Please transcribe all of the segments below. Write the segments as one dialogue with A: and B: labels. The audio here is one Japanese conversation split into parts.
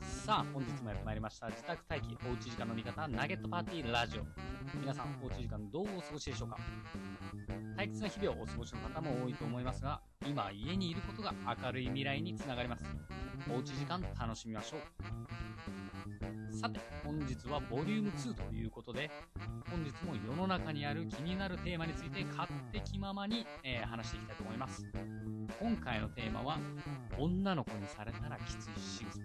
A: さあ、本日もやってまいりました。自宅待機、おうち時間の味方、ナゲットパーティーラジオ。皆さん、おうち時間どうお過ごしでしょうか退屈な日々をお過ごしの方も多いと思いますが、今、家にいることが明るい未来につながります。おうち時間楽しみましょう。さて、本日はボリューム2ということで、本日も世の中にある気になるテーマについて勝手気ままに、えー、話していきたいと思います。今回のテーマは、女の子にされたらきつい仕草。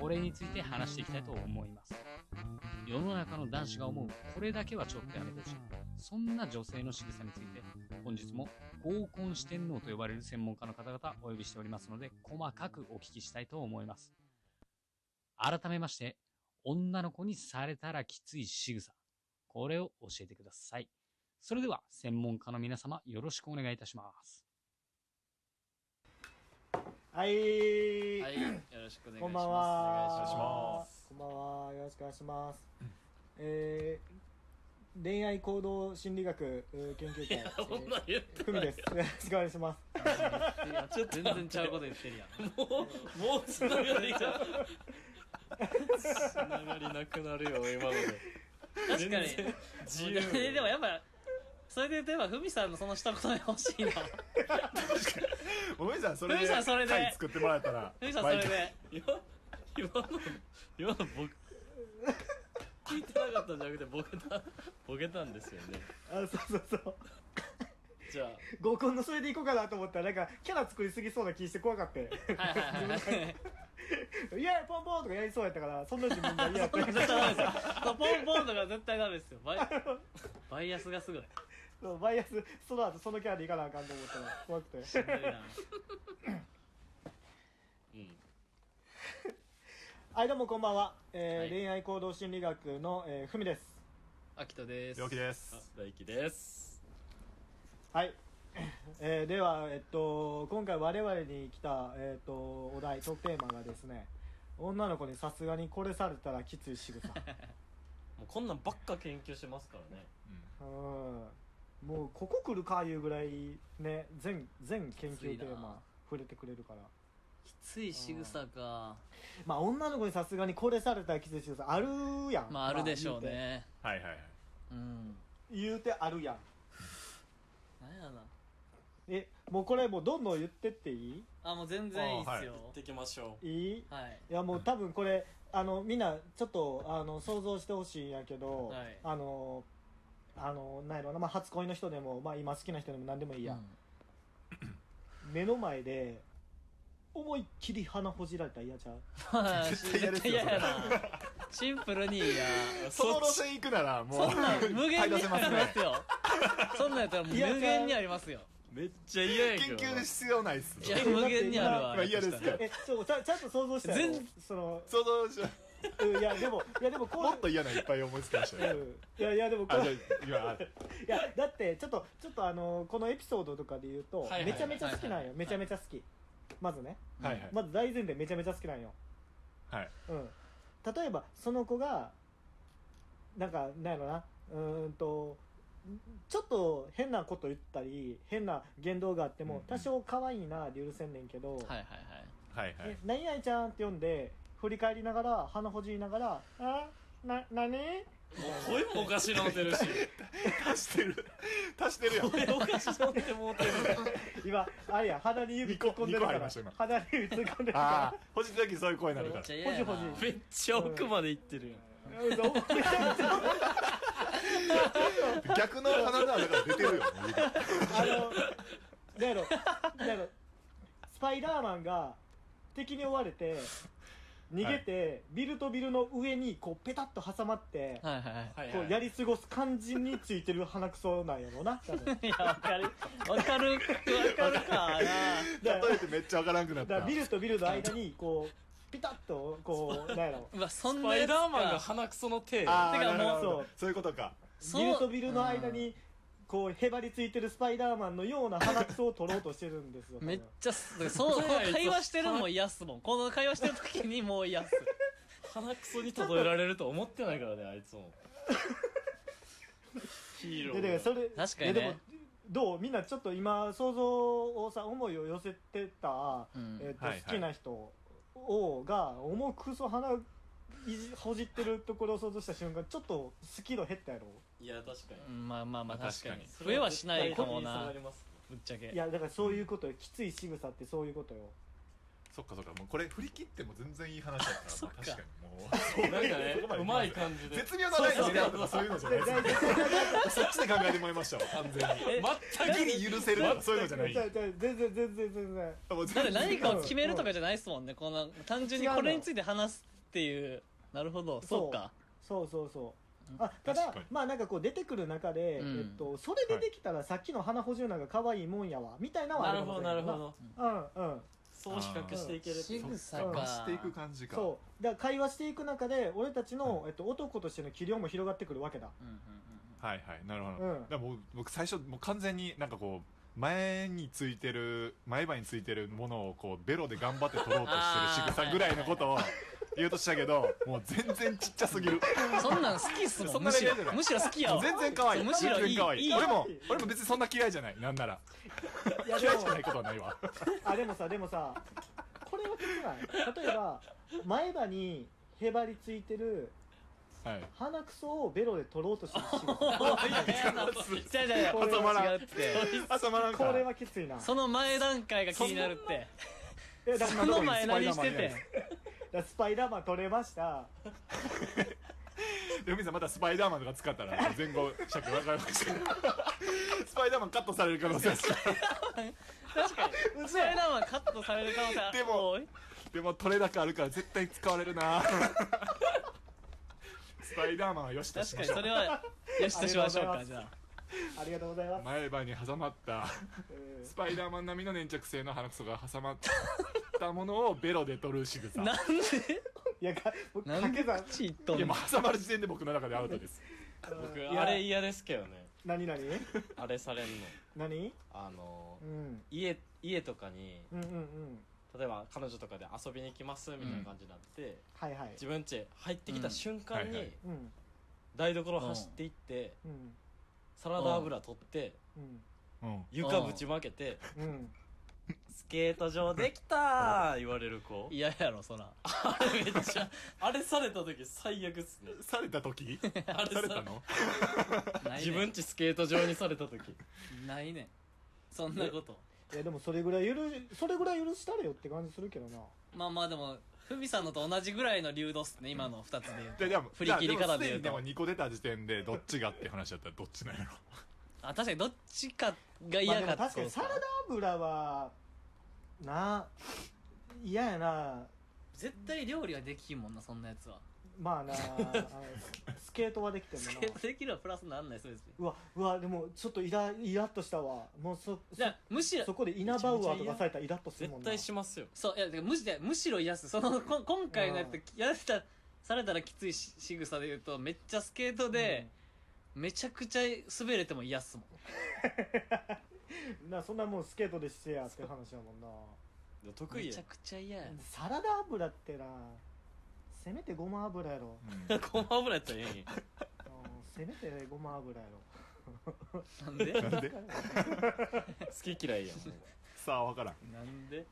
A: これについて話していきたいと思います。世の中の男子が思う、これだけはちょっとやめてほしい。そんな女性の仕草について、本日も合コン四天王と呼ばれる専門家の方々お呼びしておりますので、細かくお聞きしたいと思います。改めまして、女の子にされたらきつい仕草。これを教えてください。それでは、専門家の皆様、よろしくお願いいたします。
B: はい。
C: はい。よろしくお願いします。こん
B: ばん
C: は。
B: こんばんは。よろしくお願いします。えー、恋愛行動心理学研究会、
C: えー、
B: ふみです。よろしくお願いします。
C: ちょっと全然ちゃうこと言ってるやん。もう、もうつがりが。つながりなくなるよ、今ので。確かに。自由。でもやっぱ、それで言えば、ふみさんのその一言目欲しいな。確か
D: に。ふみさん、それで。ふみさん、それで。作ってもらえたら。
C: ふみさん、それで。今の、今の僕、聞いてなかったんじゃなくて、ボケた、ボケたんですよね。
B: あ、そうそうそう。
C: じゃあ。
B: 合コンのそれでいこうかなと思ったら、なんか、キャラ作りすぎそうな気して怖 かった。はい。
C: はいはい
B: いや、ポンポンとかやりそうやったから、そんな自分が 嫌やった。
C: 絶対ダメですよ。ポンポンとか絶対ダメですよ。バイバイアスがすごい。
B: そうバイアスその後そのキャラでいかなあかんと思ったら怖くて
C: うん、
B: はいどうもこんばんは、えー、はい、恋愛行動心理学の、えー、ふみです
C: 秋田です
D: 陽気です
C: 大輝です
B: はい、 えー、ではえっと今回我々に来た、えっとお題トークテーマがですね女の子にさすがにこれされたらきつい仕草
C: もうこんなんばっか研究してますからね
B: うん、うんもうここ来るかいうぐらいね全全研究テーマ触れてくれるから
C: きつい仕草か
B: まあ女の子にさすがにこれされたらきつい仕草あるやん
C: まああるでしょうね、
D: まあ、はいはいはい
C: うん
B: 言うてあるやん
C: 何やな
B: えもうこれもうどんどん言ってっていい
C: あもう全然いいっすよ、はい、
E: 言ってきましょ
B: ういい、
C: はい、
B: いやもう多分これあのみんなちょっとあの想像してほしいんやけど、はい、あのあのなんやろな、まあ、初恋の人でも、まあ、今好きな人でも何でもいいや、うん、目の前で思いっきり鼻ほじられたら嫌ちゃう
C: 絶対嫌やなシンプルにいや
D: その路線行くならも
C: うそんなん無限にありますよそんなんやったら無限にありますよ
E: めっちゃ嫌や
D: けど研究で必要ないっす
C: いや無限にあるわ、
D: まあ、嫌ですか
B: えちょちゃちゃんと想像して
C: 全
B: その
D: 想像し
B: うん、いやでもいやでもこ
D: うもっと嫌ないっぱい思いつきました
B: よ、ね、うん、いやいやでもこう
D: い
B: やだってちょっとちょっとあのこのエピソードとかで言うと、はいはいはい、めちゃめちゃ好きなんよ、はいはい、めちゃめちゃ好き、はい、まずね、
D: はいはい、
B: まず大前提めちゃめちゃ好きなんよ
D: はい、
B: うん、例えばその子がなんかなんやろなうんとちょっと変なこと言ったり変な言動があっても、うん、多少可愛いなで許せんねんけど「はい
C: はいはい
D: はいはい、
B: 何々ちゃん」って呼んで振り返りながら鼻ほじりながら「あな何?」
E: もう声もおかしなって るし
D: 足してる足してるやん
C: 声おかしなってもうてる
B: 今あれや鼻に指突っ込んでるから鼻に指突っ込んでるから
D: ほじった時そういう声になるからほ
B: じほじ
E: めっちゃ奥までいってるやん
D: 逆の鼻の穴から出てるよ
B: あの何やろ何やろスパイダーマンが敵に追われて逃げて、はい、ビルとビルの上にこうペタッと挟まって、
C: はいはいはい、
B: こうやり過ごす感じについてる鼻くそなんやろうな
C: いやわかるわかるわかるか
D: な例えてめっちゃわからんくなった
B: ビルとビルの間にこうピタッとこうなんやろ
C: うわそん
E: なやつかスパイダーマンが鼻くその手
D: あてかもうそうそういうことか
B: ビルとビルの間にこうへばりついてるスパイダーマンのような鼻くそを取ろうとしてるんですよ
C: めっちゃそう会話してるのも癒すもんこの会話してる時にもう癒す
E: 鼻くそに届えられると思ってないからねあいつもヒーロー
B: でそれ
C: 確かに、ね、でも
B: どうみんなちょっと今想像をさ思いを寄せてた、うん、えーと、はいはい、好きな人王が重くそ鼻いじほじってるところを想像した瞬間ちょっとスキド減ったやろ
C: いや確かに
E: うんまあまあまあ確かに
C: それ
E: 増えはしないかも
C: 絶対
E: な
C: にそうります
E: ぶっちゃけ
B: いやだからそういうことよ、きつい仕草ってそういうことよ
D: そっかそっかもうこれ振り切っても全然いい話だから
E: そっか
D: 確かにもう
E: なんかね
D: そこまで
E: うまい感じで
D: 絶妙なラインでね
E: そうそうそう
D: とかそういうのじゃな
B: で
D: い
B: 大体
D: そっちで考えてもらいましたわ完全に
E: え
D: ギリ許せるとかそういうのじゃない
B: ちゃうちゃう全然全然全然
D: もう
C: だっ
D: 全
C: て
D: 然
C: 何かを決めるとかじゃないですもんねこんな単純にこれについて話すっていうなるほど
B: そう
C: そうか
B: そうそうそうあただ
D: 確かに
B: まあなんかこう出てくる中で、
E: うん
B: えっと、それでできたらさっきの花補充なんか可愛いもんやわみたいなのはあ
C: な
B: る
C: る
B: か
C: ほ
B: も
C: ど
B: しれ
C: なる
B: い
C: ほど
B: うんうん
C: そう比較していけるっていう
E: 仕草
D: そっか
E: か
D: 増していく感じか
B: そうだから会話していく中で俺たちの、えっと、男としての器量も広がってくるわけだ
E: うんうん
D: はいはいなるほど、
B: うん
D: だからもう僕最初もう完全になんかこう前についてる前歯についてるものをこうベロで頑張って取ろうとしてる仕
E: あー
D: 草ぐらいのことを言おうとしたけどもう全然ちっちゃすぎる
E: うんそんなん好きっすも
D: そ
E: ん
D: ん
E: む
D: なレ
E: し
D: ベ
E: ろ
D: ルじゃない
E: むしろ好きやわ
D: 全然可愛い
E: むしろいい
D: 全然可愛い
E: いい
D: 俺も俺も別にそんな嫌いじゃないなんなら
B: いやで
D: 嫌いじゃ
B: も
D: ないことはないわ
B: あでもさでもさこれはきつない例えば前歯にへばりついてる
D: はい
B: 鼻くそをベロで取ろうとしてる仕草
E: じゃじゃじゃ
B: これは
E: 違うって
D: 頭なん
B: こ
D: か
B: れはきついな
C: その前段階が気になるって
B: えだから
C: その前何して
D: スパイ
B: だからスパイダ
C: て
D: ダーマンや
B: ーマン取れました
D: で海さんまたスパイダーマンとか使ったら前後尺分かりましたスパイダーマンカットされる可能性ある
C: 確かにスパイダーマンカットされる可能性あ
D: でも
C: 多い
D: でも取れ高あるから絶対使われるなスパイダーマンはよしと
C: 確
D: し
C: かにそ
D: ましょ
C: うれはよしとしましょう
B: あ
C: か
B: りがとうございます
C: じゃあ
B: ありがとうござい ます、
D: 前歯に挟まった
B: え
D: スパイダーマン並みの粘着性の鼻くそが挟まったものをベロで取る仕草い
C: なんで
B: ーいやか僕
C: なんで
B: 掛け算
C: チッとん
D: やも
C: の
D: う挟まる時点で僕の中でアウトです
B: うんい
E: 僕
B: や
E: あれ嫌ですけどね
B: 何何
E: あれされんの
B: 何、
E: あの
B: うん、
E: 家家とかに
B: うんうんうん
E: 例えば彼女とかで遊びに行きますみたいな感じになって、
B: はいはい
E: 自分家入ってきた瞬間
D: うんはいは
E: に
D: い
B: うん
E: 台所走っていって、
B: うん
E: サラダ油取って、
B: うん
D: うん
E: 床ぶちまけて、
B: うん
E: スケート場できたー言われる子
C: 嫌やろそら
E: めっちゃあれされた時最悪っす ね
D: された時
E: あれ
D: され
E: さ
D: たの
C: ないねん
E: 自分家スケート場にされた時
C: ないねんそんなこと
B: いやでもそれぐらい許それぐらい許したれよって感じするけどな
C: まあまあでもふみさんのと同じぐらいの流動っすね今の2つで言うと
D: ででも
C: 振り切り方で
D: い
C: 言
D: や
C: う
D: で
C: と
D: も2個出た時点でどっちがって話だったらどっちなんやろ
C: あ確かにどっちかが嫌か
B: まあでも確かに
C: そう
B: サラダ油はな嫌やな
C: 絶対料理はできひんもんなそんなやつは
B: まあなあのスケートはできても
C: ス
B: な
C: ケートできるはプラスなんないです別に
B: うわうわでもちょっとイライラっとしたわもうそ
C: じゃあむしろ
B: そそこでイナバウアーとかされたらイラっとする
E: 絶
B: もんな
E: 対しますよ
C: そういやてかむしむしろ癒やすそのこ今回のやつやらせたされたらきついし仕草で言うとめっちゃスケートで、めちゃくちゃ滑れても癒すもん
B: うんなそんなもんスケートでしてやって話やもんな
E: 得意
C: め
E: や
C: ちゃくちゃ嫌や
B: サラダ油ってなせめてごま油やろ、
D: う
E: ごま油やったらええんや
B: うんせめてごま油やろ
C: なんで
D: んなんで
E: 好き嫌いやもう
D: さあ分からん
C: なんで